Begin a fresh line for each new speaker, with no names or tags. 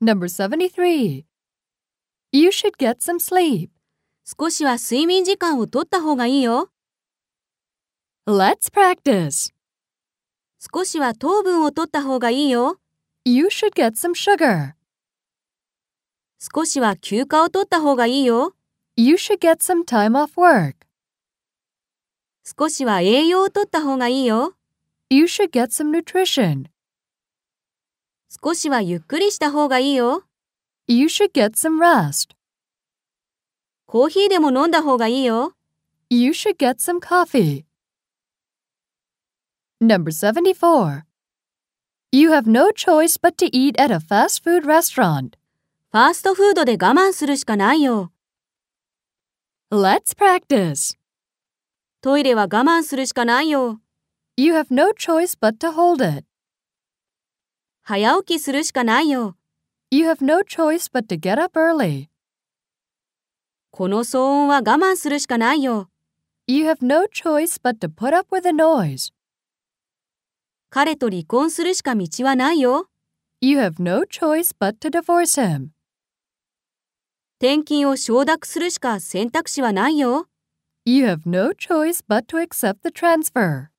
Number 73. You should get some sleep.
少しは睡眠時間を取った方がいいよ。
Let's practice.
少しは糖分を取った方がいいよ。
You should get some sugar.
少しは休暇を取った方がいいよ。
You should get some time off work.
少しは栄養を取った方がいいよ。
You should get some nutrition.
少しはゆっくりした方がいいよ。
You should get some rest.
コーヒーでも飲んだ方がいいよ。
You should get some coffee. Number 74. You have no choice but to eat at a fast food restaurant.
ファーストフードで我慢するしかないよ。
Let's practice.
トイレは我慢するしかないよ。
You have no choice but to hold it.
早起きするしかないよ。
You have no choice but to get up early.
この騒音は我慢するしかないよ。
You have no choice but to put up with the noise.
彼と離婚するしか道はないよ。
You have no choice but to divorce him.
転勤を承諾するしか選択肢はないよ。
You have no choice but to accept the transfer.